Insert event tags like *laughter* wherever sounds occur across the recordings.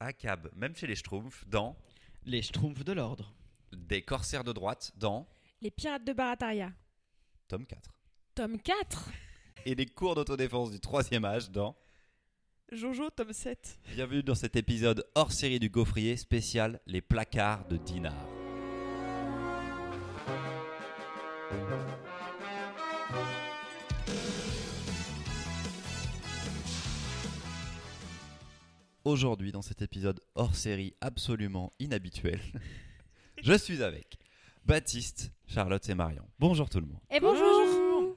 à cab, même chez les Schtroumpfs, dans Les Schtroumpfs de l'ordre. Des corsaires de droite, dans Les Pirates de Barataria, tome 4. tome 4, Et des cours d'autodéfense du troisième âge, dans Jojo, tome 7. Bienvenue dans cet épisode hors série du Gaufrier spécial Les placards de Dinard. Aujourd'hui, dans cet épisode hors série absolument inhabituel, *laughs* je suis avec Baptiste, Charlotte et Marion. Bonjour tout le monde. Et Bonjour.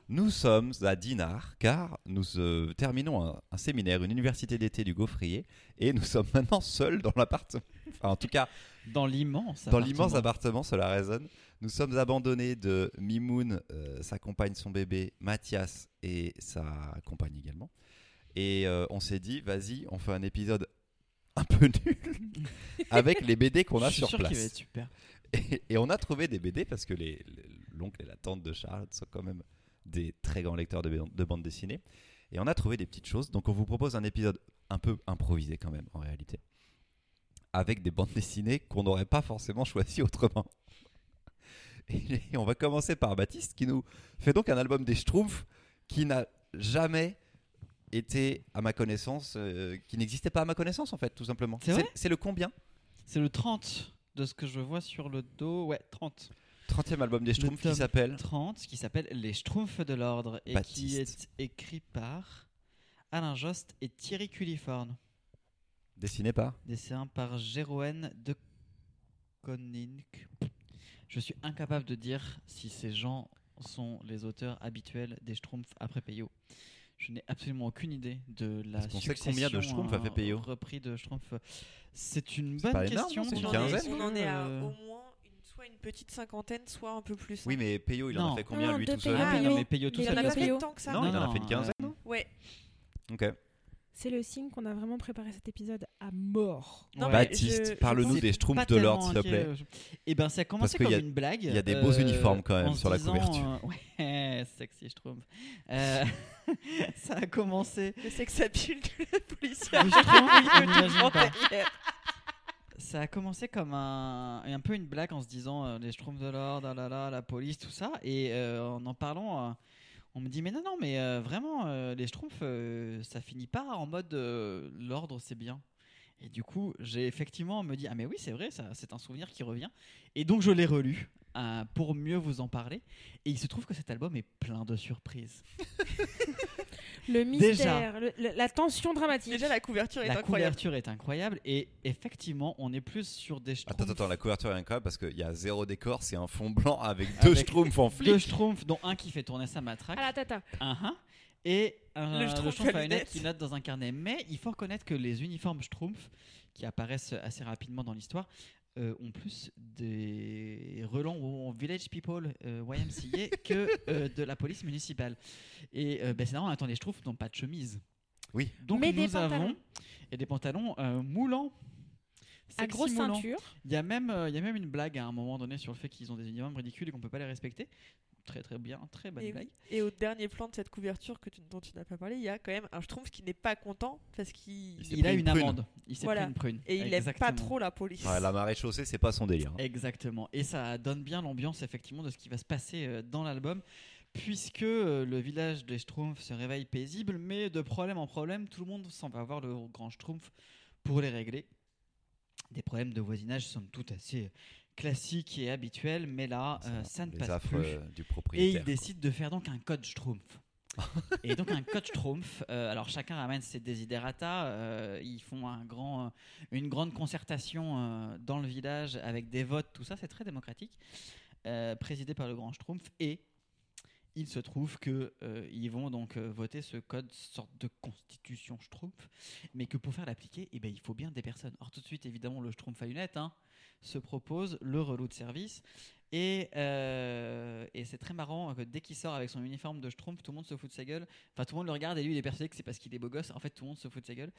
Nous sommes à Dinard car nous euh, terminons un, un séminaire, une université d'été du Gaufrier et nous sommes maintenant seuls dans l'appartement. Enfin, en tout cas, Dans l'immense. dans l'immense appartement. appartement, cela résonne. Nous sommes abandonnés de Mimoun, euh, sa compagne, son bébé, Mathias et sa compagne également. Et euh, on s'est dit, vas-y, on fait un épisode un peu *laughs* nul avec les BD qu'on a Je suis sur sûr place. qu'il va être super. Et, et on a trouvé des BD parce que les- les- l'oncle et la tante de Charlotte sont quand même des très grands lecteurs de, ba- de bande dessinée. Et on a trouvé des petites choses. Donc on vous propose un épisode un peu improvisé quand même en réalité. Avec des bandes dessinées qu'on n'aurait pas forcément choisies autrement. Et on va commencer par Baptiste qui nous fait donc un album des Schtroumpfs qui n'a jamais été à ma connaissance, euh, qui n'existait pas à ma connaissance en fait tout simplement. C'est vrai C'est le combien C'est le 30 de ce que je vois sur le dos. Ouais, 30. 30e album des Le Schtroumpfs qui tome s'appelle 30 qui s'appelle Les Schtroumpfs de l'ordre et qui Baptiste. est écrit par Alain Jost et Thierry Culiforme. Dessiné par Dessin par Jéroen de Konink. Je suis incapable de dire si ces gens sont les auteurs habituels des Schtroumpfs après Peyo. Je n'ai absolument aucune idée de la Est-ce qu'on sait combien de succession, Schtroumpfs a fait hein, Peyo repris de Schtroumpfs. C'est une C'est bonne pas énorme, hein, question. c'est une j'en ai- quinzaine. On en est à Euh, au moins une- soit une petite cinquantaine, soit un peu plus. Oui, hein. mais Peyo, il en Non. a fait combien Non, lui deux tout Peyo. seul Ah oui, non, mais Peyo tout Il en seul. a pas Peyo. fait tant que ça. Non, il en a fait une euh, quinzaine, Ouais. Ok. C'est le signe qu'on a vraiment préparé cet épisode à mort. Non, ouais. mais Baptiste, je- parle-nous C'est des pas Schtroumpfs de l'ordre, s'il tellement te plaît. inquiet, je- Eh ben, ça a Parce commencé que comme y a- une blague. euh, il y a des beaux uniformes quand même en se sur la disant, couverture. euh, *laughs* ouais, sexy Schtroumpf. Euh, *laughs* ça a commencé. Le sex appeal de la *laughs* Ah policière. Le Schtroumpf, on Le n'imagine pas. derrière. Ça a commencé comme un, un peu une blague en se disant euh, les Schtroumpfs de l'ordre, ah là là, la police, tout ça. Et euh, en en parlant, euh, on me dit mais non, non, mais euh, vraiment, euh, les Schtroumpfs, euh, ça finit pas en mode euh, l'ordre, c'est bien. Et du coup, j'ai effectivement me dit ah mais oui, c'est vrai, ça, c'est un souvenir qui revient. Et donc je l'ai relu euh, pour mieux vous en parler. Et il se trouve que cet album est plein de surprises. Le Déjà. mystère, le- le- la tension dramatique. Déjà, la couverture est la incroyable. couverture est incroyable et effectivement, on est plus sur des Schtroumpfs. Attends, attends, la couverture est incroyable parce qu'il y a zéro décor, c'est un fond blanc avec deux Avec Schtroumpfs en deux flic. Schtroumpfs, dont un qui fait tourner sa matraque. À Ah, la tata. Un, un. et un, Le le Schtroumpf schtroumpf à à lunettes lunettes. qui note dans un carnet. Mais il faut reconnaître que les uniformes schtroumpf, qui apparaissent assez rapidement dans l'histoire, euh, ont plus des relents au Village People euh, YMCA *laughs* que euh, de la police municipale. Et euh, ben, c'est normal, attendez, les schtroumpfs n'ont pas de chemise. Oui. Donc Mais nous des pantalons. avons et des pantalons euh, moulants. À Sexy grosse moulants. ceinture. Il y, a même, euh, il y a même une blague à un moment donné sur le fait qu'ils ont des uniformes ridicules et qu'on peut pas les respecter. Très très bien, très bonne Et, blague. oui. Et au dernier plan de cette couverture que tu- dont tu n'as pas parlé, il y a quand même un schtroumpf qui n'est pas content parce qu'il. Il s'est il a pris une, une prune. amende. Il s'est Voilà. pris une prune. Et il n'aime pas trop la police. Ouais, la marée chaussée, c'est pas son délire. hein. Exactement. Et ça donne bien l'ambiance effectivement de ce qui va se passer euh, dans l'album, puisque euh, le village des Schtroumpfs se réveille paisible, mais de problème en problème, tout le monde s'en va voir le grand Schtroumpf pour les régler. Des problèmes de voisinage somme toute assez classiques et habituels, mais là, euh, ça ne les passe affres plus. euh, du Et propriétaire. il décide de faire donc un code Schtroumpf. et donc un code Schtroumpf, euh, alors chacun ramène ses desiderata, euh, ils font un grand, euh, une grande concertation euh, dans le village avec des votes, tout ça, c'est très démocratique, euh, présidé par le grand Schtroumpf. Et il se trouve que euh, ils vont donc euh, voter ce code, sorte de constitution Schtroumpf, mais que pour faire l'appliquer, eh ben, il faut bien des personnes. Or tout de suite, évidemment, le Schtroumpf à lunettes hein, se propose, le relou de service. Et, euh, et c'est très marrant que dès qu'il sort avec son uniforme de Schtroumpf, tout le monde se fout de sa gueule. Enfin, tout le monde le regarde et lui, il est persuadé que c'est parce qu'il est beau gosse. En fait, tout le monde se fout de sa gueule.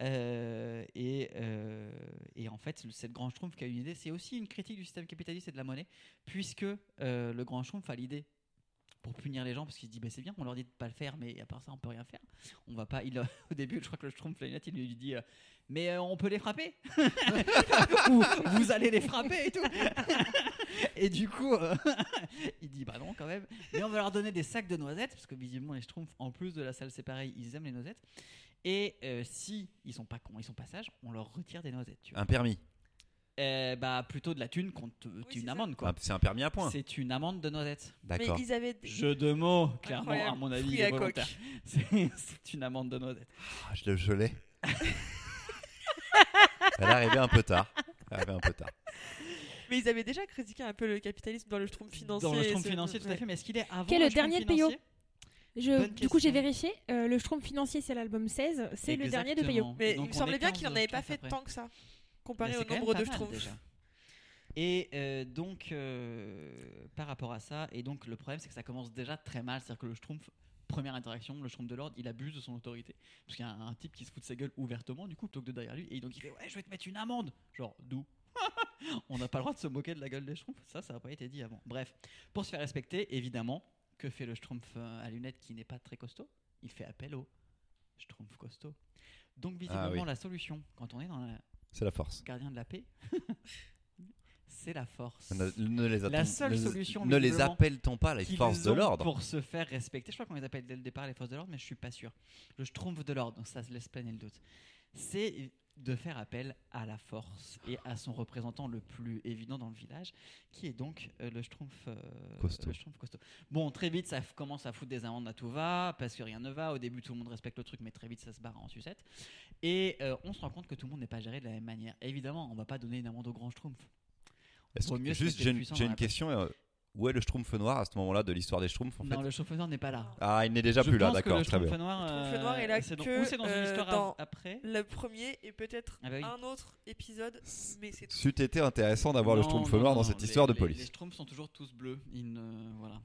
Euh, et, euh, et en fait, le- cette grand Schtroumpf qui a une idée, c'est aussi une critique du système capitaliste et de la monnaie, puisque euh, le grand Schtroumpf a l'idée pour punir les gens parce qu'il se dit bah, c'est bien on leur dit de pas le faire mais à part ça on peut rien faire on va pas il *laughs* au début je crois que le Schtroumpf Lynette, il lui dit euh, mais euh, on peut les frapper *laughs* ou vous allez les frapper et tout et du coup euh, *laughs* il dit bah non quand même mais on va leur donner des sacs de noisettes parce que visiblement les Schtroumpfs en plus de la salle séparée ils aiment les noisettes et euh, si ils sont pas cons ils sont pas sages on leur retire des noisettes tu vois. Un permis. Euh, bah plutôt de la thune contre c'est une ça. amende quoi Ah, C'est un permis à points. c'est une amende de noisettes D'accord. Mais ils avaient des- Jeu de mots, clairement, Incroyable. à mon avis, Fruits il est à coque. volontaire. *laughs* C'est c'est une amende de noisette. Ah, je le *laughs* gelais. Elle est arrivée un peu tard. Elle est arrivée un peu tard. Mais ils avaient déjà critiqué un peu le capitalisme dans le Schtroumpf financier. Dans le Schtroumpf ce- financier, tout à ouais. fait. Mais est-ce qu'il est avant Quel est le Schtroumpf dernier de financier Je- Bonne du coup, j'ai question. vérifié. euh, le Schtroumpf financier, c'est l'album 16. C'est le dernier de Payot. Exactement. Mais Et donc, il me on semblait est bien qu'il 15 n'en avait pas Schtroumpfs fait après. tant que ça, Mais comparé c'est au quand même nombre pas de mal, Schtroumpfs. déjà. Et euh, donc, euh, par rapport à ça, et donc le problème, c'est que ça commence déjà très mal. C'est-à-dire que le Schtroumpf, première interaction, le Schtroumpf de l'ordre, il abuse de son autorité. Parce qu'il y a un, un type qui se fout de sa gueule ouvertement, du coup, plutôt que de derrière lui. Et donc, il fait Ouais, je vais te mettre une amende. Genre, d'où *laughs* On n'a pas le droit de se moquer de la gueule des Schtroumpfs. Ça, ça n'a pas été dit avant. Bref, pour se faire respecter, évidemment, que fait le Schtroumpf euh, à lunettes qui n'est pas très costaud Il fait appel au Schtroumpf costaud. Donc, visiblement, oui. la solution, quand on est dans la C'est la force. gardien de la paix, *laughs* c'est la force. Ne, ne les La attend- seule ne- solution, Ne les visiblement, appelle-t-on pas les Qu'ils forces de ont l'ordre Pour se faire respecter. Je crois qu'on les appelle dès le départ les forces de l'ordre, mais je suis pas sûr. Le schtroumpf de l'ordre, donc ça se laisse planer le doute. C'est de faire appel à la force et à son représentant le plus évident dans le village, qui est donc euh, le schtroumpf euh, Costaud. le Schtroumpf costaud. Bon, très vite, ça f- commence à foutre des amendes à tout va, parce que rien ne va. Au début, tout le monde respecte le truc, mais très vite, ça se barre en sucette. Et euh, on se rend compte que tout le monde n'est pas géré de la même manière. Évidemment, on va pas donner une amende au grand schtroumpf. Est-ce Vaut que- mieux se Juste, j'ai mettre les une, puissants j'ai dans une la poche. question. euh, Où est le Schtroumpf noir à ce moment-là de l'histoire des Schtroumpfs en fait Non, le schtroumpf noir n'est pas là. Ah, il n'est déjà Je plus là, pense que d'accord, le très bien. Schtroumpf Noir, Le Schtroumpf euh, Noir est là c'est dans- que, ou c'est dans une euh, histoire dans- a- après. Le premier et peut-être Ah bah oui. un autre épisode, mais c'est tout. C'eût été intéressant d'avoir le Non, Schtroumpf non, noir dans non, non, cette les- histoire de les- Les police. Schtroumpfs sont toujours tous bleus. Ils ne- voilà.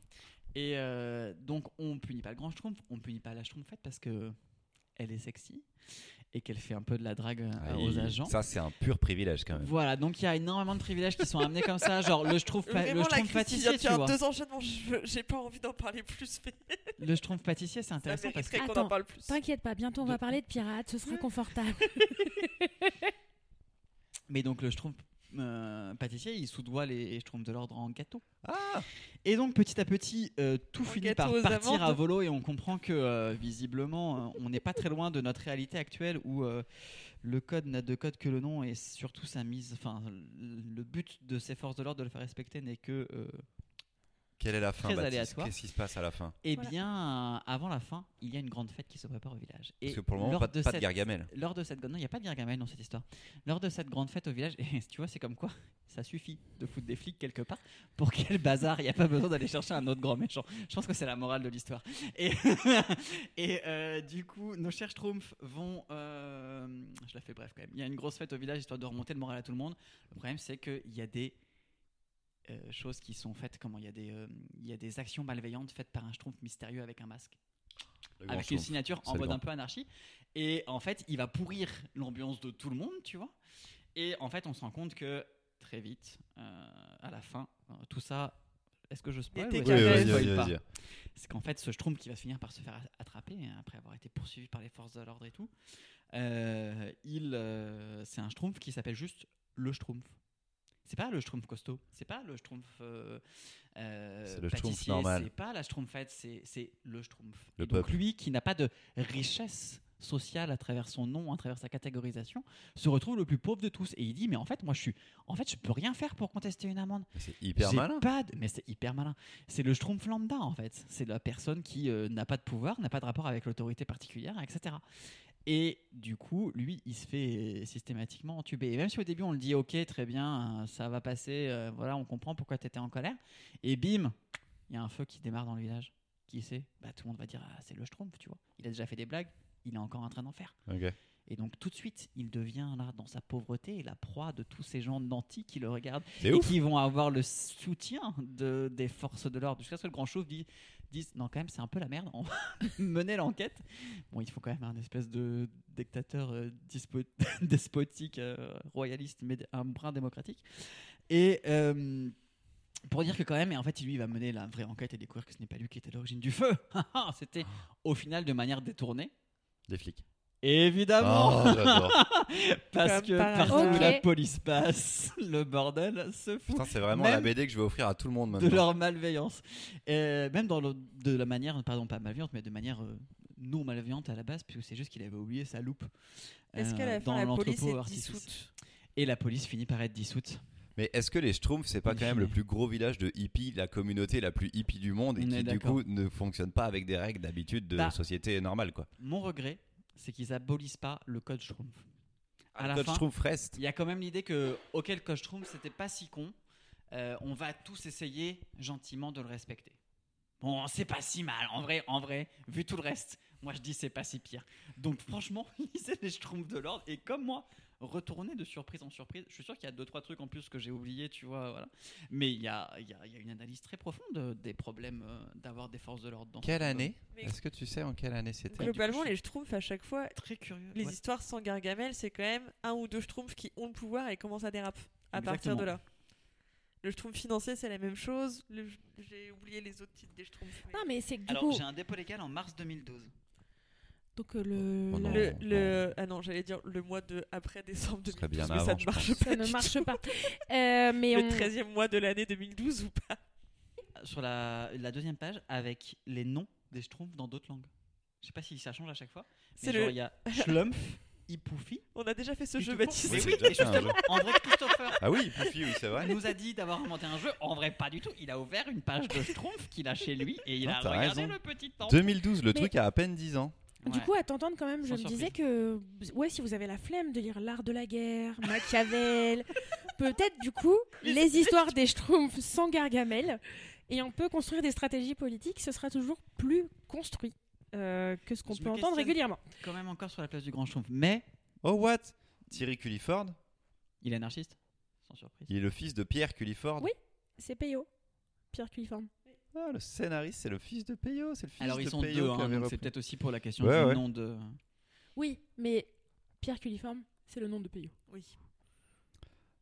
Et euh, donc on punit pas le grand Schtroumpf, on punit pas la Schtroumpfette parce que elle est sexy et qu'elle fait un peu de la drague euh, Ah, aux il- agents. Ça, c'est un pur privilège quand même. Voilà, donc il y a énormément de privilèges qui sont amenés comme ça, genre le Schtroumpf, pa- le Vraiment, la Schtroumpf crise qui pâtissier, vient de tu faire vois. deux enchaînements, je- j'ai pas envie d'en parler plus, mais Le Schtroumpf pâtissier, c'est ça intéressant parce que mériterait qu'on en Attends, parle plus. T'inquiète pas, bientôt on De- va parler de pirates, ce *laughs* sera confortable. mais donc le Schtroumpf euh, pâtissier, il soudoie les Schtroumpfs de l'ordre en gâteau. Ah Et donc petit à petit, euh, tout Un finit gâteau par aux partir à amandes. volo et on comprend que euh, visiblement, euh, on n'est pas très loin de notre réalité actuelle où euh, le code n'a de code que le nom et surtout sa mise. Enfin, le but de ces forces de l'ordre de le faire respecter n'est que euh, Quelle est la fin Très Baptiste aléatoire. Qu'est-ce qui se passe à la fin eh Voilà. bien, euh, avant la fin, il y a une grande fête qui se prépare au village. Et Parce que pour le moment, lors pas de, pas de cette- Gargamel. Lors de cette grande, non, il n'y a pas de Gargamel dans cette histoire. Lors de cette grande fête au village, *laughs* et tu vois, c'est comme quoi, ça suffit de foutre des flics quelque part pour quel bazar. Il n'y a pas besoin d'aller chercher un autre grand méchant. Je pense que c'est la morale de l'histoire. Et, *laughs* et euh, du coup, nos chers Schtroumpfs vont, euh, je la fais bref quand même. Il y a une grosse fête au village histoire de remonter le moral à tout le monde. Le problème, c'est qu'il y a des euh, choses qui sont faites. Comment il y a des, euh, il y a des actions malveillantes faites par un Schtroumpf mystérieux avec un masque Le grand avec une Schtroumpf. signature C'est en le mode grand. un peu anarchie. Et en fait, il va pourrir l'ambiance de tout le monde, tu vois. Et en fait, on se rend compte que très vite, euh, à la fin, euh, tout ça. Est-ce que je spoil N'était ou est-ce Oui, qu'un que vas-y, je Gargamel. vas-y, spoil pas vas-y. c'est qu'en fait, ce Schtroumpf qui va finir par se faire a- attraper, hein, après avoir été poursuivi par les forces de l'ordre et tout, euh, il, euh, c'est un Schtroumpf qui s'appelle juste le Schtroumpf. C'est pas le Schtroumpf costaud, c'est pas le Schtroumpf euh, euh, C'est le Schtroumpf pâtissier, normal. c'est pas la Schtroumpfette, c'est, c'est le Schtroumpf. Le Et donc peuple. lui qui n'a pas de richesse sociale à travers son nom, à travers sa catégorisation, se retrouve le plus pauvre de tous. Et il dit, mais en fait, moi, je suis, en fait, je peux rien faire pour contester une amende. Mais C'est hyper J'ai malin. pas de- Mais c'est hyper malin. C'est le schtroumpf lambda en fait. C'est la personne qui euh, n'a pas de pouvoir, n'a pas de rapport avec l'autorité particulière, etc. Et du coup, lui, il se fait euh, systématiquement entuber. Et même si au début on le dit, ok, très bien, euh, ça va passer, euh, voilà, on comprend pourquoi t'étais en colère. Et bim, il y a un feu qui démarre dans le village. Qui c'est Bah tout le monde va dire, ah, c'est le schtroumpf, tu vois. Il a déjà fait des blagues, il est encore en train d'en faire. Ok. Et donc tout de suite, il devient là dans sa pauvreté la proie de tous ces gens nantis qui le regardent C'est et ouf. qui vont avoir le soutien de, des forces de l'ordre. Jusqu'à ce que le grand chauve dise, dise non quand même c'est un peu la merde, on va *laughs* mener l'enquête. Bon il faut quand même un espèce de dictateur euh, dispo- *laughs* despotique, euh, royaliste, mais d- un brin démocratique. Et euh, pour dire que quand même, et en fait, lui, il va mener la vraie enquête et découvrir que ce n'est pas lui qui était à l'origine du feu. *laughs* C'était au final de manière détournée. Des flics. Oh, Évidemment, j'adore. *laughs* parce Comme que par partout où hasard. la Ok. police passe, le bordel se fout Putain, c'est vraiment la Même BD que je vais offrir à tout le monde de maintenant. leur malveillance. Euh, même dans le- de la manière, pardon, pas malveillante, mais de manière euh, non malveillante à la base, puisque c'est juste qu'il avait oublié sa loupe. Est-ce euh, qu'à la dans fin, la police l'entrepôt est Artifice. dissoute Et la police finit par être dissoute. Mais est-ce que les Schtroumpfs, c'est pas In quand même le fine. plus gros village de hippies, la communauté la plus hippie du monde et On est qui du coup d'accord. ne fonctionne pas avec des règles d'habitude de Bah. société normale quoi Mon regret, c'est qu'ils abolissent pas le code Schtroumpf. À la Code fin, Schtroumpf reste. il y a quand même l'idée que, auquel code Schtroumpf, c'était pas si con. Euh, on va tous essayer gentiment de le respecter. Bon, c'est pas si mal, en vrai, en vrai, vu tout le reste, moi je dis c'est pas si pire. Donc franchement, *laughs* lisez les Schtroumpfs de l'ordre et comme moi, retournez de surprise en surprise. Je suis sûr qu'il y a deux trois trucs en plus que j'ai oublié, tu vois, voilà. Mais il y a, il y a- il y a une analyse très profonde euh, des problèmes euh, d'avoir des forces de l'ordre. dans- Quelle année Mais- Est-ce que tu sais en quelle année c'était Globalement, les schtroumpfs, à chaque fois, Très curieux. les ouais. histoires sans Gargamel, c'est quand même un ou deux schtroumpfs qui ont le pouvoir et commencent à déraper à partir Exactement. de là. Le schtroumpf financier, c'est la même chose. Le- J'ai oublié les autres titres des schtroumpfs. mais- Non, mais c'est que du Alors coup, j'ai un dépôt légal en mars 2012. donc, euh, le, Oh non. la- Le, le- ah non, j'allais dire le mois de après décembre Ce serait 2012, bien mais ça avant, ne je marche pense. pas. ça du ne *laughs* marche tout. pas. Euh, mais Le on- 13e mois de l'année 2012 ou pas sur la, la deuxième page avec les noms des schtroumpfs dans d'autres langues. Je sais pas si ça change à chaque fois. C'est Mais genre, le- il y a Schlumpf, Ipoufi. On a déjà fait ce Et jeu, tout court. Baptiste. Oui, Mais c'est déjà oui, mais fait un justement, jeu. en vrai, *laughs* Christopher Ah oui, Poufy, oui, c'est vrai. nous a dit d'avoir inventé un jeu. En vrai, pas du tout. Il a ouvert une page de schtroumpf qu'il a chez lui et il Non, a t'as regardé raison. le petit temps. 2012, le Mais- truc a à peine 10 ans. Du coup, à t'entendre quand même, je Sans me disais que, ouais, si vous avez la flemme de lire L'Art de la Guerre, *laughs* Machiavel, peut-être du coup, les histoires des Schtroumpfs sans Gargamel, et on peut construire des stratégies politiques, ce sera toujours plus construit euh, que ce qu'on Je me peut entendre questionne. régulièrement. quand même encore sur la place du grand schtroumpf. Mais Oh what Thierry Culliford, il est anarchiste, sans surprise. il est le fils de Pierre Culliford. Oui. C'est Payo, Pierre Culiforme. Ah, le scénariste, c'est le fils de Peyo, c'est le fils Alors de ils sont Peyo deux, qui hein, avait donc c'est repris. peut-être aussi pour la question Ouais, du ouais. nom de. Oui, mais Pierre Culiforme, c'est le nom de Payo. Oui.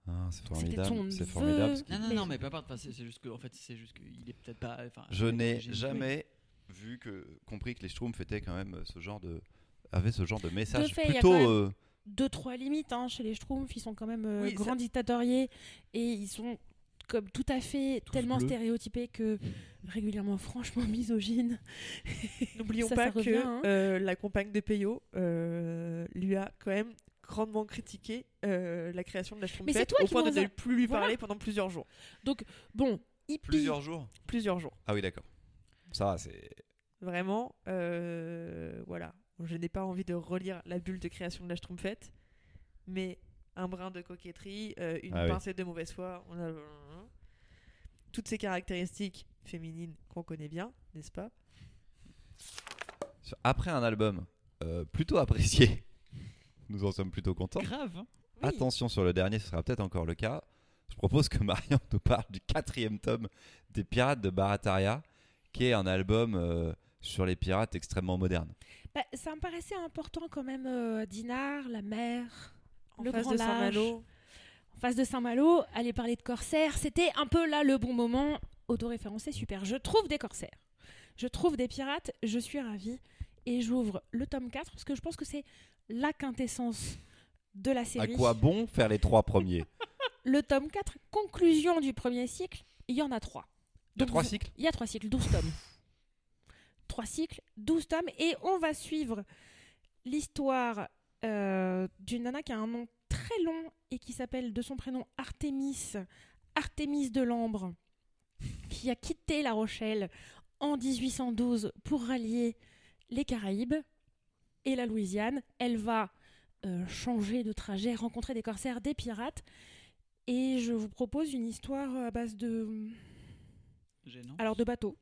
Ah, c'est C'était formidable, son c'est neveu. formidable. parce que Non, non, Mais- non, mais peu importe. Enfin, c'est c'est juste que, en fait, c'est juste qu'il est peut-être pas. enfin, Je avec n'ai l'origine. jamais vu que compris que les Schtroumpfs étaient quand même euh, ce genre de avait ce genre de message fait, il y a plutôt quand même- euh, deux trois limites hein, chez les Schtroumpfs. Ils sont quand même euh, Oui, ça- grands dictatoriers et ils sont comme tout à fait Tous tellement bleus. stéréotypés que régulièrement franchement misogynes. N'oublions Ça, pas ça revient, que hein. euh, la compagne de Peyo euh, lui a quand même grandement critiqué euh, la création de la Mais c'est schtroumpfette toi au qui point de nous ne as- plus lui Voilà. parler pendant plusieurs jours. Bon, hippie. plusieurs jours. Plusieurs jours. Ah oui, d'accord. Ça va, c'est Vraiment, euh, voilà. Je n'ai pas envie de relire la bulle de création de la Schtroumpfette, mais un brin de coquetterie, euh, une Ah oui. pincée de mauvaise foi, on a... toutes ces caractéristiques féminines qu'on connaît bien, n'est-ce pas après un album euh, plutôt apprécié. *laughs* Nous en sommes plutôt contents. Grave. hein. Attention sur le dernier, ce sera peut-être encore le cas. Je propose que *laughs* Marion nous parle du quatrième tome des Pirates de Barataria, qui est un album euh, sur les pirates extrêmement moderne. Bah, ça me paraissait important quand même. euh, Dinard, la mer, En Le face grand de Saint-Malo, en face de Saint-Malo, aller parler de corsaires, c'était un peu là le bon moment. Autoréférencé, super. Je trouve des corsaires. Je trouve des pirates. Je suis ravie. Et j'ouvre le tome 4 parce que je pense que c'est la quintessence de la À série. quoi bon faire les trois *laughs* premiers Le tome 4, conclusion du premier cycle, il y en a trois. De Donc, trois vous- cycles Il y a trois cycles, 12 tomes. Trois cycles, 12 tomes, et on va suivre l'histoire euh, d'une nana qui a un nom très long et qui s'appelle de son prénom Artémis, Artémis de Lambre, qui a quitté La Rochelle en 1812 pour rallier les Caraïbes et la Louisiane. Elle va euh, changer de trajet, rencontrer des corsaires, des pirates. Et je vous propose une histoire euh, à base de... Gênant. Alors de bateaux.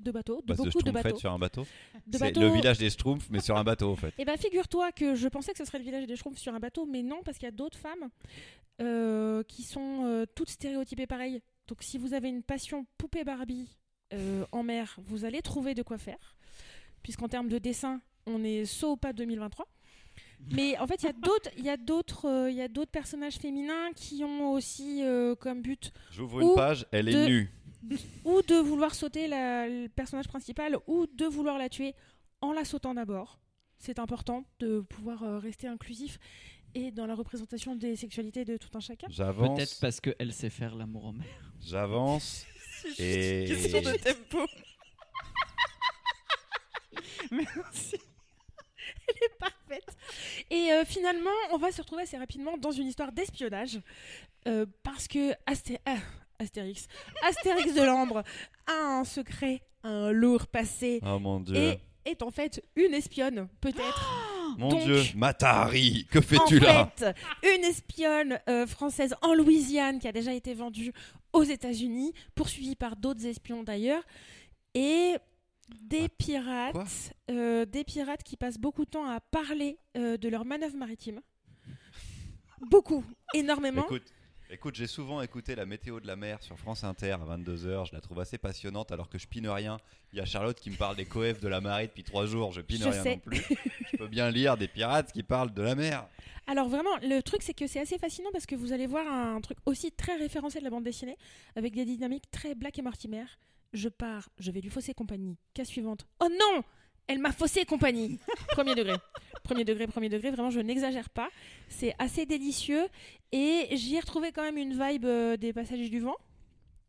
De bateaux, de Bah, beaucoup de Schtroumpfette bateaux. sur un bateau. De C'est bateaux. le village des Schtroumpfs, mais sur un bateau en fait. Eh ben figure-toi que je pensais que ce serait le village des Schtroumpfs sur un bateau, mais non, parce qu'il y a d'autres femmes euh, qui sont euh, toutes stéréotypées pareilles. Donc si vous avez une passion poupée Barbie euh, en mer, vous allez trouver de quoi faire. Puisqu'en termes de dessin, on est saut au pas 2023. Mais en fait, il y a d'autres, il y a d'autres, euh, il y a d'autres personnages féminins qui ont aussi euh, comme but J'ouvre Ou une page, elle de- est nue. ou de vouloir sauter la- le personnage principal ou de vouloir la tuer en la sautant d'abord. C'est important de pouvoir euh, rester inclusif et dans la représentation des sexualités de tout un chacun. *laughs* J'avance, Peut-être parce qu'elle sait faire l'amour en mer. j'avance. C'est juste Et- une question de tempo. Parfaite. Et euh, finalement, on va se retrouver assez rapidement dans une histoire d'espionnage euh, parce que Asté- ah, Astérix, Astérix de l'Ambre a un secret, un lourd passé Oh mon dieu. et est en fait une espionne, peut-être. Mon donc- dieu. Matahari, que fais-tu là En fait, une espionne euh, française en Louisiane qui a déjà été vendue aux États-Unis, poursuivie par d'autres espions d'ailleurs, et des Ah, quoi pirates, euh, des pirates qui passent beaucoup de temps à parler euh, de leurs manœuvres maritimes. Beaucoup, énormément. Écoute, écoute j'ai souvent écouté la météo de la mer sur France Inter à 22h. Je la trouve assez passionnante alors que je pine rien. Il y a Charlotte qui me parle des coefs de la marée depuis trois jours. Je pine Je rien sais. non plus. Je peux bien lire des pirates qui parlent de la mer. Alors vraiment, le truc c'est que c'est assez fascinant parce que vous allez voir un truc aussi très référencé de la bande dessinée, avec des dynamiques très Black et Mortimer. Je pars, je vais lui fausser compagnie. Case suivante. Oh non Elle m'a faussé compagnie Premier degré. Premier degré, premier degré, vraiment je n'exagère pas. C'est assez délicieux et j'y ai retrouvé quand même une vibe euh, des Passagers du Vent.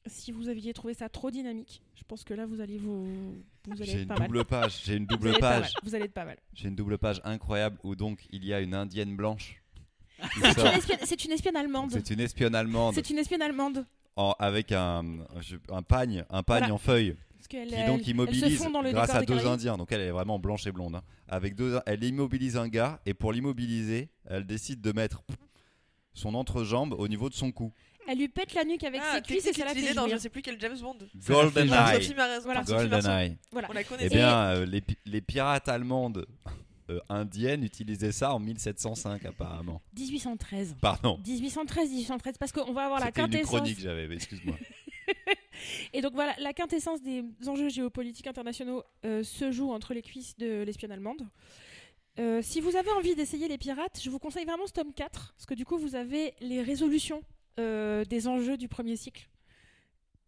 Si vous aviez trouvé ça trop dynamique, je pense que là vous allez vous... Vous allez J'ai être une pas mal. double page. J'ai une Vous double allez être pas mal. page. Vous allez être pas mal. J'ai une double page incroyable où donc il y a une indienne *laughs* blanche. qui C'est sort. une espionne- C'est une espionne allemande. C'est une espionne allemande C'est une espionne allemande. en- avec un, je- un pagne, un pagne Voilà. en feuille Parce qu'elle qui donc immobilise grâce à deux Indiens. Donc elle est vraiment blanche et blonde. hein. Avec deux, elle immobilise un gars et pour l'immobiliser, elle décide de mettre son entrejambe au niveau de son cou. Elle lui pète la nuque avec Ah, ses cuisses et technique ça la utilisée fait dans je jouir. sais plus quel James Bond. Ça la fait Golden jouir. Eye. Sophie Marceau. Voilà. Sophie Golden Marceau. Eye. Voilà. On la connaît. Eh bien, euh, les, pi- les pirates allemandes euh, indiennes utilisaient ça en 1705 apparemment. 1813. Pardon. 1813, 1813, parce qu'on va avoir la C'était une quintessence. chronique que j'avais, mais excuse-moi. Et donc voilà, la quintessence des enjeux géopolitiques internationaux euh, se joue entre les cuisses de l'espionne allemande. Euh, si vous avez envie d'essayer les pirates, je vous conseille vraiment ce tome 4, parce que du coup vous avez les résolutions euh, des enjeux du premier cycle,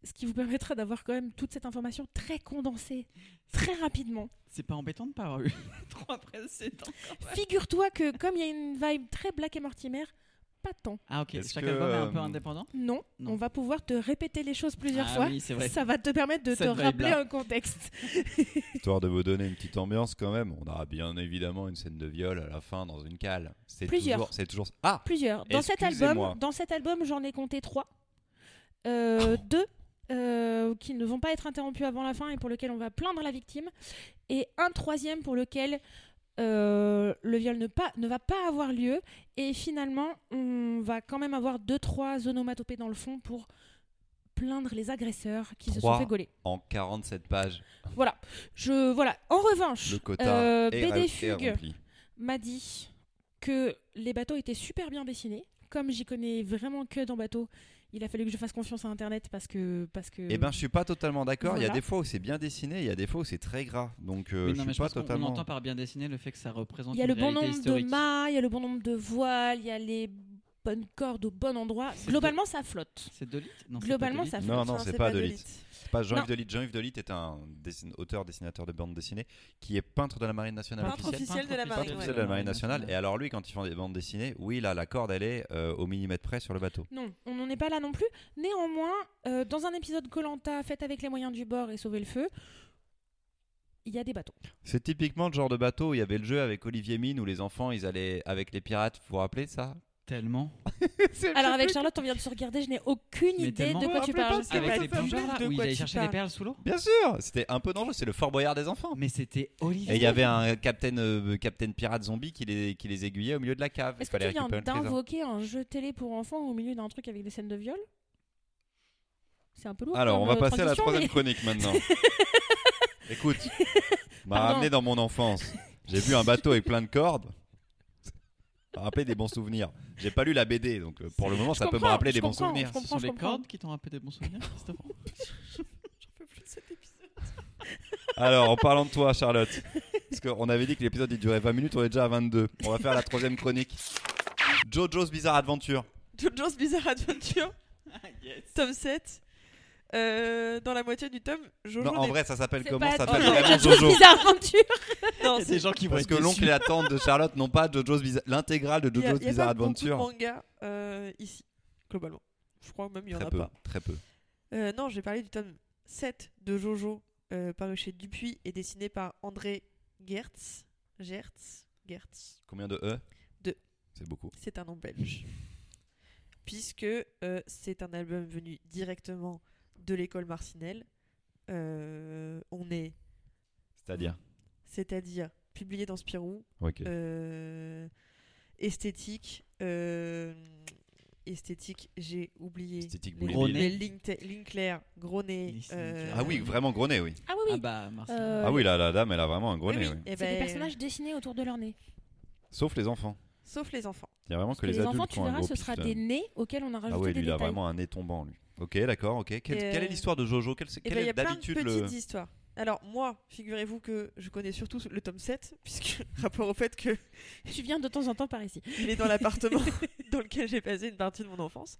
ce qui vous permettra d'avoir quand même toute cette information très condensée, très rapidement. C'est pas embêtant de pas avoir eu trois précédents. Figure-toi que comme il y a une vibe très Black et Mortimer, pas tant. Ah ok, Est-ce chaque que, album est un peu euh, indépendant. Non, Non. on va pouvoir te répéter les choses plusieurs ah fois. oui, c'est vrai. Ça va te permettre de Cette te rappeler vibe-là. un contexte. Histoire de vous donner une petite ambiance quand même, on aura bien évidemment une scène de viol à la fin dans une cale. C'est Plusieurs. toujours. C'est toujours. Ah Plusieurs. Dans cet Excusez-moi. album, dans cet album, j'en ai compté trois, Euh, Oh. deux euh, qui ne vont pas être interrompus avant la fin et pour lequel on va plaindre la victime, et un troisième pour lequel euh, le viol ne, pas, ne va pas avoir lieu. Et finalement, on va quand même avoir deux trois onomatopées dans le fond pour plaindre les agresseurs qui se sont Trois. fait gauler. En 47 pages, Voilà. Je voilà. En revanche, le quota euh, est, BD est Fugue rempli. m'a dit que les bateaux étaient super bien dessinés. Comme j'y connais vraiment que dans bateau, il a fallu que je fasse confiance à Internet parce que parce que. Eh ben, je suis pas totalement d'accord. Il y a voilà. des fois où c'est bien dessiné, il y a des fois où c'est très gras. Donc, euh, Mais je non, suis mais je pas pense qu'on- on totalement. entend par bien dessiné le fait que ça représente il y a une le bon réalité nombre historique. de mâts, il y a le bon nombre de voiles, il y a les bonnes cordes au bon endroit. Globalement, ça flotte. C'est de l'it Non, c'est pas Globalement, de l'it. ça flotte. Non, non, c'est pas de Lilith. Lilith. C'est pas Non. Jean-Yves Delit. Jean-Yves Delit est un dessin- auteur, dessinateur de bande dessinée qui est peintre de la marine nationale Peintre officielle. officiel de la Peintre marine, officiel de la marine nationale. Et alors, lui, quand il fait des bandes dessinées, oui, là, la corde, elle est euh, au millimètre près sur le bateau. Non, on n'en est pas là non plus. Néanmoins, euh, dans un épisode Colanta, fait avec les moyens du bord et sauver le feu, il y a des bateaux. C'est typiquement le genre de bateau où il y avait le jeu avec Olivier Mine où les enfants ils allaient avec les pirates, vous vous rappelez ça Tellement. Alors avec Charlotte, on vient de se regarder, je n'ai aucune Mais idée tellement. de quoi tu On rappelle parles. pas ce que- Avec pas les ça, plongeurs là, de où ils quoi allaient tu chercher les parles. perles sous l'eau. Bien sûr, c'était un peu dangereux, c'est le Fort Boyard des enfants. Mais c'était Et il Olivier. y avait un capitaine, euh, capitaine pirate zombie qui les, qui les aiguillait au milieu de la cave. Il Est-ce que fallait tu viens récupérer le trésor. d'invoquer un jeu télé pour enfants au milieu d'un truc avec des scènes de viol C'est un peu lourd. Alors, on comme, va euh, passer à la transition, troisième mais- chronique *laughs* maintenant. Écoute, m'a Pardon. ramené dans mon enfance. J'ai vu un bateau avec plein de cordes. Ça m'a rappelé des bons souvenirs. J'ai pas lu la BD, donc euh, pour le moment, Je ça peut me comprends, rappeler je des bons comprends, souvenirs. je Ce comprends, sont je les comprends. cordes qui t'ont rappelé des bons souvenirs, Christophe J'en peux plus de cet épisode. Alors, en parlant de toi, Charlotte, parce qu'on avait dit que l'épisode il durait 20 minutes, on est déjà à 22. On va faire la troisième chronique. Jojo's Bizarre Adventure. Jojo's Bizarre Adventure, tome 7. Euh, dans la moitié du tome, Jojo. Non, en n'est- vrai, ça s'appelle C'est comment pas- Ça oh, s'appelle non, vraiment Jojo's Jojo. Bizarre Adventure. Non, Il y a des gens qui vont Parce être que l'oncle et déçus. la tante de Charlotte n'ont pas Jojo's Bizarre. L'intégrale de il y a- Jojo's il y a Bizarre pas beaucoup de Adventure. mangas euh, ici, globalement. Je crois même il y en Très a peu, pas. très peu. Euh, non, j'ai parlé du tome 7 de Jojo, euh, paru chez Dupuis et dessiné par André Gertz. Gertz Gertz. Combien de E Deux. C'est beaucoup. C'est un nom belge. Puisque euh, c'est un album venu directement de l'école Marcinelle. Euh, on est, C'est-à-dire c'est-à-dire publié dans Spirou, Ok. euh, esthétique. euh, esthétique, j'ai oublié. Esthétique les, Gros les nez. lignes, te- lignes claires, gros nez. Les signes euh, clairs. Ah oui, vraiment gros nez, oui. Ah bah, oui, oui. Ah bah, Marcel. Euh, Ah oui, la, la dame, elle a vraiment un gros Oui, nez, oui, oui. eh C'est des ben, personnages dessinés autour de leur nez. Sauf les enfants. Sauf les enfants. Il y a vraiment Parce que les, adultes enfants, qui tu ont un verras, gros ce sera pif, là. des nez auxquels on a rajouté Ah ouais, des lui, il a détails. vraiment un nez tombant, lui. Ok, d'accord, ok. Quelle, Et, quelle est euh, l'histoire de Jojo Quelle, Et quelle il y est a plein de d'habitude euh, petites le... histoires. Alors moi, figurez-vous que je connais surtout le tome 7, puisque *laughs* rapport au fait que Tu viens de temps en temps par ici. il est dans l'appartement dans lequel j'ai passé une partie de mon enfance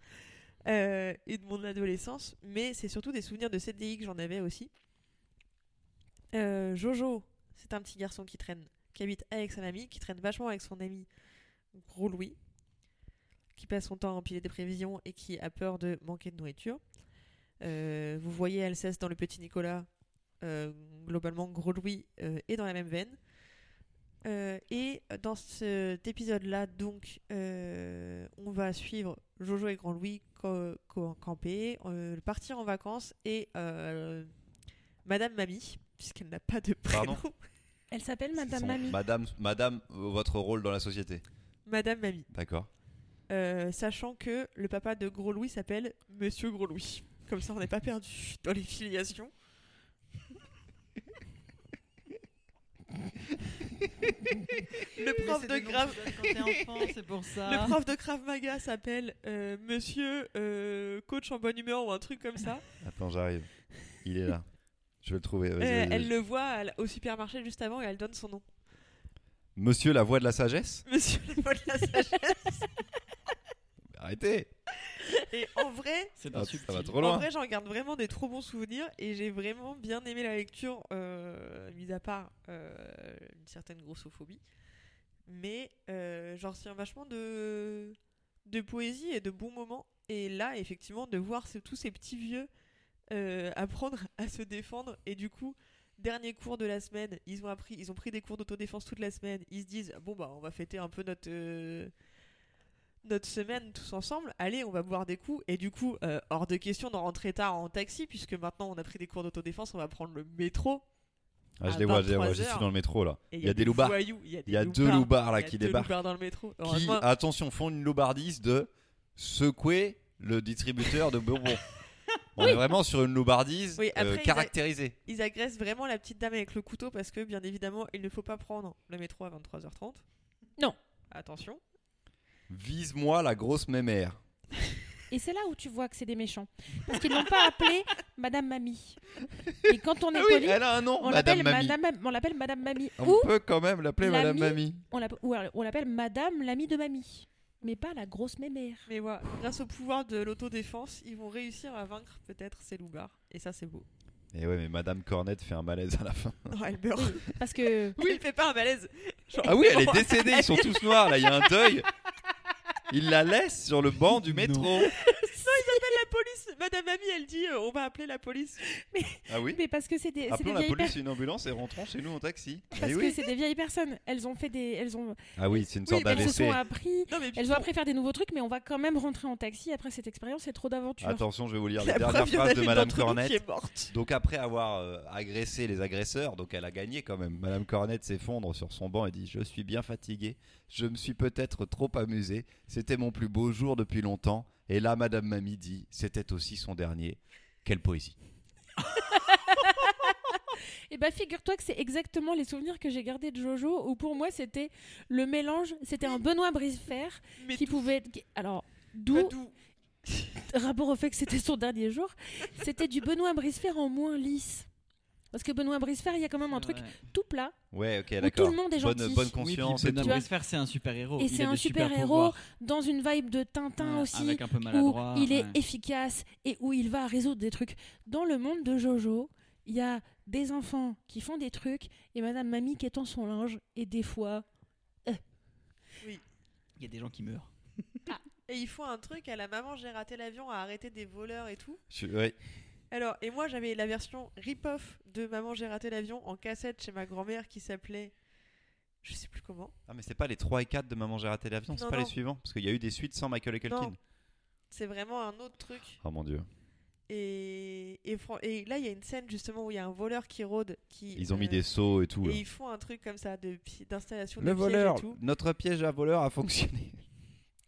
euh, et de mon adolescence, mais c'est surtout des souvenirs de CDI que j'en avais aussi. Euh, Jojo, c'est un petit garçon qui traîne, qui habite avec son ami, qui traîne vachement avec son ami Gros Louis, qui passe son temps à empiler des prévisions et qui a peur de manquer de nourriture. Euh, vous voyez Alsace dans le petit Nicolas. euh, globalement, Gros Louis euh, est dans la même veine. Euh, et dans cet épisode-là, donc, euh, on va suivre Jojo et Grand Louis co- co- camper, euh, partir en vacances et euh, Madame Mamie, puisqu'elle n'a pas de prénom. Pardon Elle s'appelle Madame Son- Mamie. Madame, Madame, euh, votre rôle dans la société. Madame Mamie. D'accord. Euh, sachant que le papa de Gros Louis s'appelle Monsieur Gros Louis. Comme ça, on n'est pas perdu dans les filiations. le prof de Krav, c'est pour Ah. ça. le prof de Krav Maga s'appelle euh, Monsieur euh, Coach en bonne humeur ou un truc comme ça. Attends, j'arrive. Il est là. Je vais le trouver. vas-y, Euh, vas-y, elle vas-y. le voit à la- au supermarché juste avant et elle donne son nom. Monsieur la voix de la sagesse Monsieur le vol de la *laughs* sagesse. Arrêtez Et en vrai, C'est Ah, d'un Ça va subtil. trop En loin. vrai, j'en garde vraiment des trop bons souvenirs et j'ai vraiment bien aimé la lecture, euh, mis à part euh, une certaine grossophobie. Mais euh, j'en retiens vachement de, de poésie et de bons moments. Et là, effectivement, de voir ce- tous ces petits vieux euh, apprendre à se défendre et du coup. Dernier cours de la semaine, ils ont appris, ils ont pris des cours d'autodéfense toute la semaine. Ils se disent bon bah on va fêter un peu notre euh, notre semaine tous ensemble, allez, on va boire des coups. Et du coup, euh, hors de question d'en rentrer tard en taxi, puisque maintenant on a pris des cours d'autodéfense, on va prendre le métro. Ah, je à les vois, je les vois. 23 J'y heures. suis dans le métro là. Et Il y a des loupards. voyous, Il y a, des Il y a deux loupards là qui débarquent. dans le métro. Qui, Ah. Heureusement, attention, font une loubardise de secouer le distributeur de bonbons. *laughs* On est vraiment sur une loubardise Oui, après, euh, ils a- caractérisée. ils agressent vraiment la petite dame avec le couteau parce que, bien évidemment, il ne faut pas prendre le métro à 23h30. Non. Attention. Vise-moi la grosse mémère. Et c'est là où tu vois que c'est des méchants. Parce qu'ils l'ont pas appelée Madame Mamie. Et quand on est Ah Oui, poli, elle a un nom, on Madame l'appelle Mamie. Ah Madame, Mam- on l'appelle Madame Mamie. On Ou peut quand même l'appeler Madame l'ami- Mamie. on l'app- ou alors on l'appelle Madame l'amie de Mamie. Mais pas la grosse mémère. Mais voilà, grâce au pouvoir de l'autodéfense, ils vont réussir à vaincre peut-être ces loupards. Et ça, c'est beau. Et Eh ouais, mais Madame Cornette fait un malaise à la *laughs* fin. Non, elle meurt. Parce *laughs* que Oui, il fait pas un malaise. Genre, Ah oui, elle est décédée, ils sont tous noirs, là, il y a un deuil. Il la laisse sur le banc du Non. métro. la police, Madame Mamie, elle dit euh, on va appeler la police. Ah oui mais parce que c'est des, c'est des Appelons la vieilles police personnes. et une ambulance et rentrons chez nous en taxi. Parce Eh que oui. c'est des vieilles personnes. Elles ont fait des, elles ont, Ah oui, c'est une Oui, sorte mais elles se d'AVC. sont appris. Non mais puis Elles ont bon, appris à faire des nouveaux trucs, mais on va quand même rentrer en taxi après cette expérience. C'est trop d'aventure. Attention, je vais vous lire la les dernières preuve, il y en a phrases de une Madame d'entre nous qui Cornette. est morte. Donc après avoir euh, agressé les agresseurs, donc elle a gagné quand même. Madame Cornette s'effondre sur son banc et dit "Je suis bien fatiguée. Je me suis peut-être trop amusée. C'était mon plus beau jour depuis longtemps." Et là, Madame Mamie dit "C'était aussi son dernier." Quelle poésie. Et bah figure-toi que c'est exactement les souvenirs que j'ai gardés de Jojo, où pour moi c'était le mélange, c'était un Benoît Brisefer Mais qui tout- pouvait être... qui- Alors, pas d'où d'où. rapport au fait que c'était son dernier jour, c'était du Benoît Brisefer en moins lisse. Parce que Benoît Brisefer, il y a quand même un truc Ouais. tout plat Ouais, ok, où tout d'accord. le monde est gentil. Bonne, bonne Oui, puis conscience et Benoît tout. vois. Bricefer, c'est un super héros. Et c'est un super-héros, dans une vibe de Tintin aussi, Avec un peu où maladroit. il est ouais. efficace et où il va résoudre des trucs. Dans le monde de Jojo, il y a des enfants qui font des trucs et Madame Mamie qui étend son linge et des fois. Il y a des gens qui meurent. Et il faut un truc à la maman, j'ai raté l'avion, à arrêter des voleurs et tout. Je- ouais. Alors, et moi j'avais la version rip-off de Maman, j'ai raté l'avion en cassette chez ma grand-mère qui s'appelait. Je sais plus comment. Ah, mais c'est pas les 3 et 4 de Maman, j'ai raté l'avion, c'est Non, pas les non. suivants. Parce qu'il y a eu des suites sans Michael et Culkin. Non. C'est vraiment un autre truc. Oh mon dieu. Et, et, fran- et là, il y a une scène justement où il y a un voleur qui rôde. Qui, Ils ont mis euh, des sauts et tout. là. Et ils font un truc comme ça de pi- d'installation de, Le pièges voleur, et tout. notre piège à voleur a fonctionné.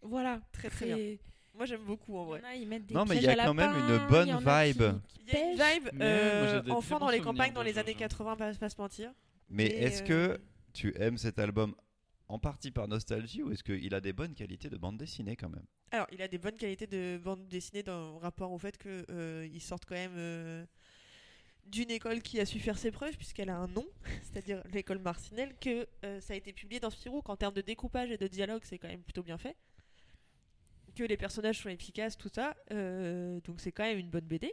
Voilà. Très, très bien. C'est- Moi j'aime beaucoup en Il y vrai. en a, ils mettent des Non, mais il y pièges a à quand même lapins, une bonne il y en a vibe. qui- qui Il y a une pêchent. vibe Mais ouais, moi, euh, j'ai des très enfant bons dans les souvenirs campagnes de dans les Jojo. années 80, pas, pas se mentir. Mais Mais, est-ce euh, que tu aimes cet album en partie par nostalgie ou est-ce qu'il a des bonnes qualités de bande dessinée quand même Alors, il a des bonnes qualités de bande dessinée dans rapport au fait que euh, ils sortent quand même euh, d'une école qui a su faire ses preuves puisqu'elle a un nom, *laughs* c'est-à-dire l'école Marcinelle, que euh, ça a été publié dans Spirou. Qu'en termes de découpage et de dialogue, c'est quand même plutôt bien fait. Que les personnages sont efficaces, tout ça. euh, donc c'est quand même une bonne BD.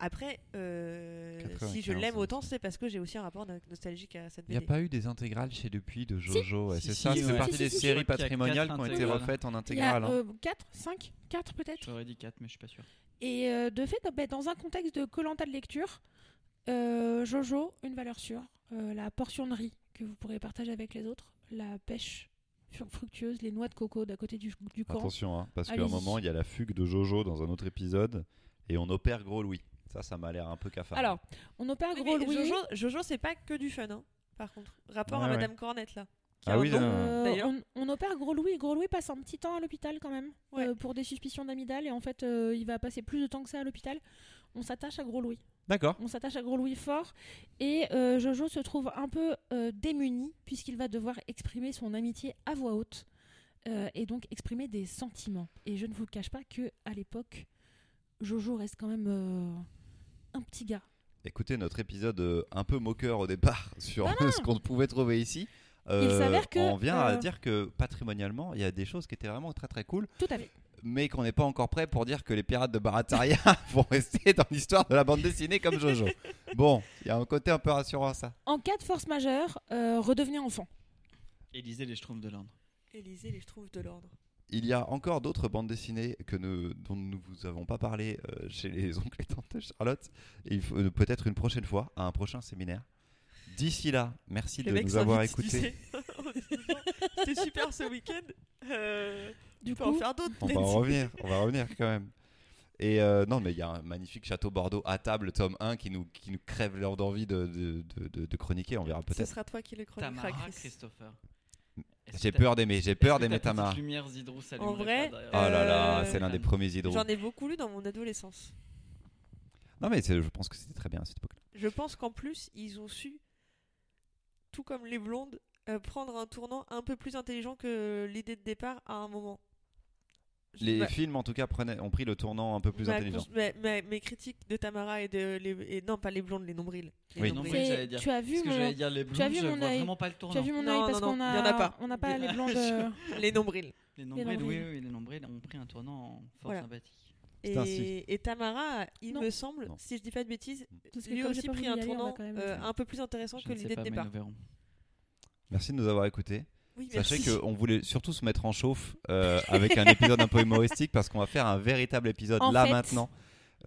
Après, euh, si je 95, l'aime hein, autant, ça. c'est parce que j'ai aussi un rapport no- nostalgique à cette Il n'y a BD. pas eu des intégrales chez Depuis de Jojo, ouais, Si, c'est si, ça si, C'est ouais. partie Si, si, des si, je séries crois qu'il y a patrimoniales quatre qui ont été intégrales. refaites en Il y a euh, intégrale. hein. 4, 5, 4 peut-être. J'aurais dit 4, mais je suis pas sûr. Et euh, de fait, bah, dans un contexte de colanta de lecture, euh, Jojo, une valeur sûre, euh, la portion de riz que vous pourrez partager avec les autres, la pêche fru- fructueuse, les noix de coco d'à côté du, du camp. Attention, hein, parce qu'à un Allez-y. moment, il y a la fugue de Jojo dans un autre épisode et on opère Gros Louis. Ça, ça m'a l'air un peu cafard. Alors, on opère Oui, gros mais Louis. Jojo, Jojo, c'est pas que du fun, hein, par contre. Rapport Ouais, à ouais. Madame Cornette, là. qui a ah un oui, nom. non. Euh, D'ailleurs. on, on opère Gros Louis. Gros Louis passe un petit temps à l'hôpital quand même Ouais. euh, pour des suspicions d'amidale et en fait euh, il va passer plus de temps que ça à l'hôpital. On s'attache à Gros Louis. D'accord. On s'attache à Gros Louis fort et euh, Jojo se trouve un peu euh, démuni puisqu'il va devoir exprimer son amitié à voix haute euh, et donc exprimer des sentiments. Et je ne vous cache pas que à l'époque, Jojo reste quand même euh, un petit gars. Écoutez notre épisode euh, un peu moqueur au départ *laughs* sur Ah non. ce qu'on pouvait trouver ici. s'avère que, on vient à euh, dire que patrimonialement, il y a des choses qui étaient vraiment très très cool. Tout à fait. mais qu'on n'est pas encore prêt pour dire que les pirates de Barataria *laughs* vont rester dans l'histoire de la bande dessinée comme Jojo. Bon, il y a un côté un peu rassurant à ça. En cas de force majeure, euh, redevenez enfant. Élisée les Schtroumpfs de l'Indre. Élisée les trouve de l'ordre. Il y a encore d'autres bandes dessinées que ne- dont nous vous avons pas parlé euh, chez les *laughs* oncles et tantes de Charlotte. Il faut euh, peut-être une prochaine fois, à un prochain séminaire. D'ici là, merci de nous avoir écoutés. *laughs* C'était super ce week-end. Euh, Du on peut en coup, faire d'autres. On va *laughs* en revenir, on va revenir quand même. Et euh, non, mais il y a un magnifique château Bordeaux à table, tome 1, qui nous, qui nous crève l'heure d'envie de, de- de- de- de chroniquer. On verra Ce peut-être. sera toi qui le chroniquera, Tamara Chris. Christopher. Est-ce que J'ai t'as- peur d'aimer, j'ai est-ce peur que d'aimer ta petite Tamar. lumière Zidrou s'allumerait En vrai, pas, d'ailleurs Oh là là, Euh, c'est l'un des premiers hydro. J'en ai beaucoup lu dans mon adolescence. Non mais c'est- je pense que c'était très bien à cette époque-là. Je pense qu'en plus, ils ont su, tout comme les blondes, euh, prendre un tournant un peu plus intelligent que l'idée de départ à un moment. Bah, Je- Les ma- films en tout cas prenaient- ont pris le tournant un peu plus ma intelligent. Bah, cons- ma- ma- mes critiques de Tamara et de. Les, et non, pas les blondes, les nombrils. Oui. Les Oui, nombrils. c'est- j'allais dire. tu as vu Parce que mon, j'allais dire les blues, tu as vu je mon vois œil vraiment pas le tournant. tu as vu mon Oh Non, œil non, parce non, qu'on a, il y en a pas. on n'a pas Il y en les a- blondes. je- *laughs* euh, Les nombrils. Les nombrils, oui, nombrils. oui, les nombrils ont pris un tournant en force Voilà. sympathique. C'est ainsi. Et, et Tamara, il Non. me semble, Non. si je dis pas de bêtises, parce que lui comme j'ai aussi pas pris voulu un y aller, on va tournant quand même- euh, un peu plus intéressant Je que ne sais l'idée pas, de mais départ. nous verrons. Merci de nous avoir écoutés. Oui, Sachez merci. qu'on voulait surtout se mettre en chauffe euh, avec un épisode un peu humoristique parce qu'on va faire un véritable épisode En là fait- maintenant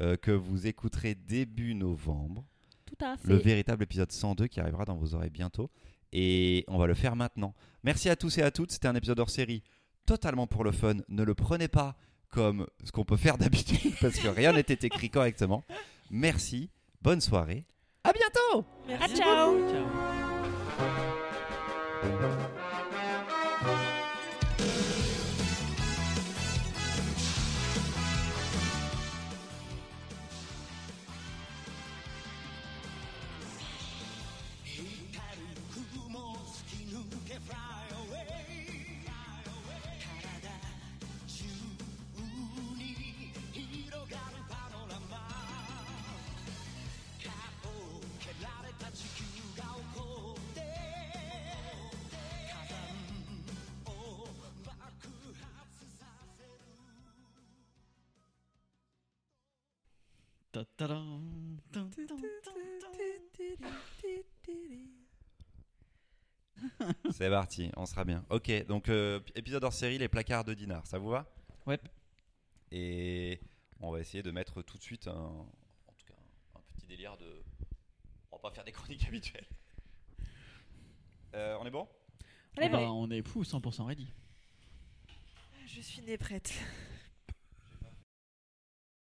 euh, que vous écouterez début novembre. Tout à fait. Le véritable épisode 102 qui arrivera dans vos oreilles bientôt. Et on va le faire maintenant. Merci à tous et à toutes. C'était un épisode hors série totalement pour le fun. Ne le prenez pas comme ce qu'on peut faire *laughs* d'habitude parce que rien n'était écrit correctement. Merci. Bonne soirée. À bientôt Merci Ah, ciao. beaucoup, ciao. 「 Ta-ta-dam, tan, tan, tan, tan. C'est parti, on sera bien. Ok, donc euh, épisode hors série, les placards de Dinard, ça vous va Ouais. Et on va essayer de mettre tout de suite un, en tout cas, un petit délire de. On va pas faire des chroniques habituelles. Euh, on est bon Allez, Bah, bon. on est fou, 100% ready. Je suis née prête.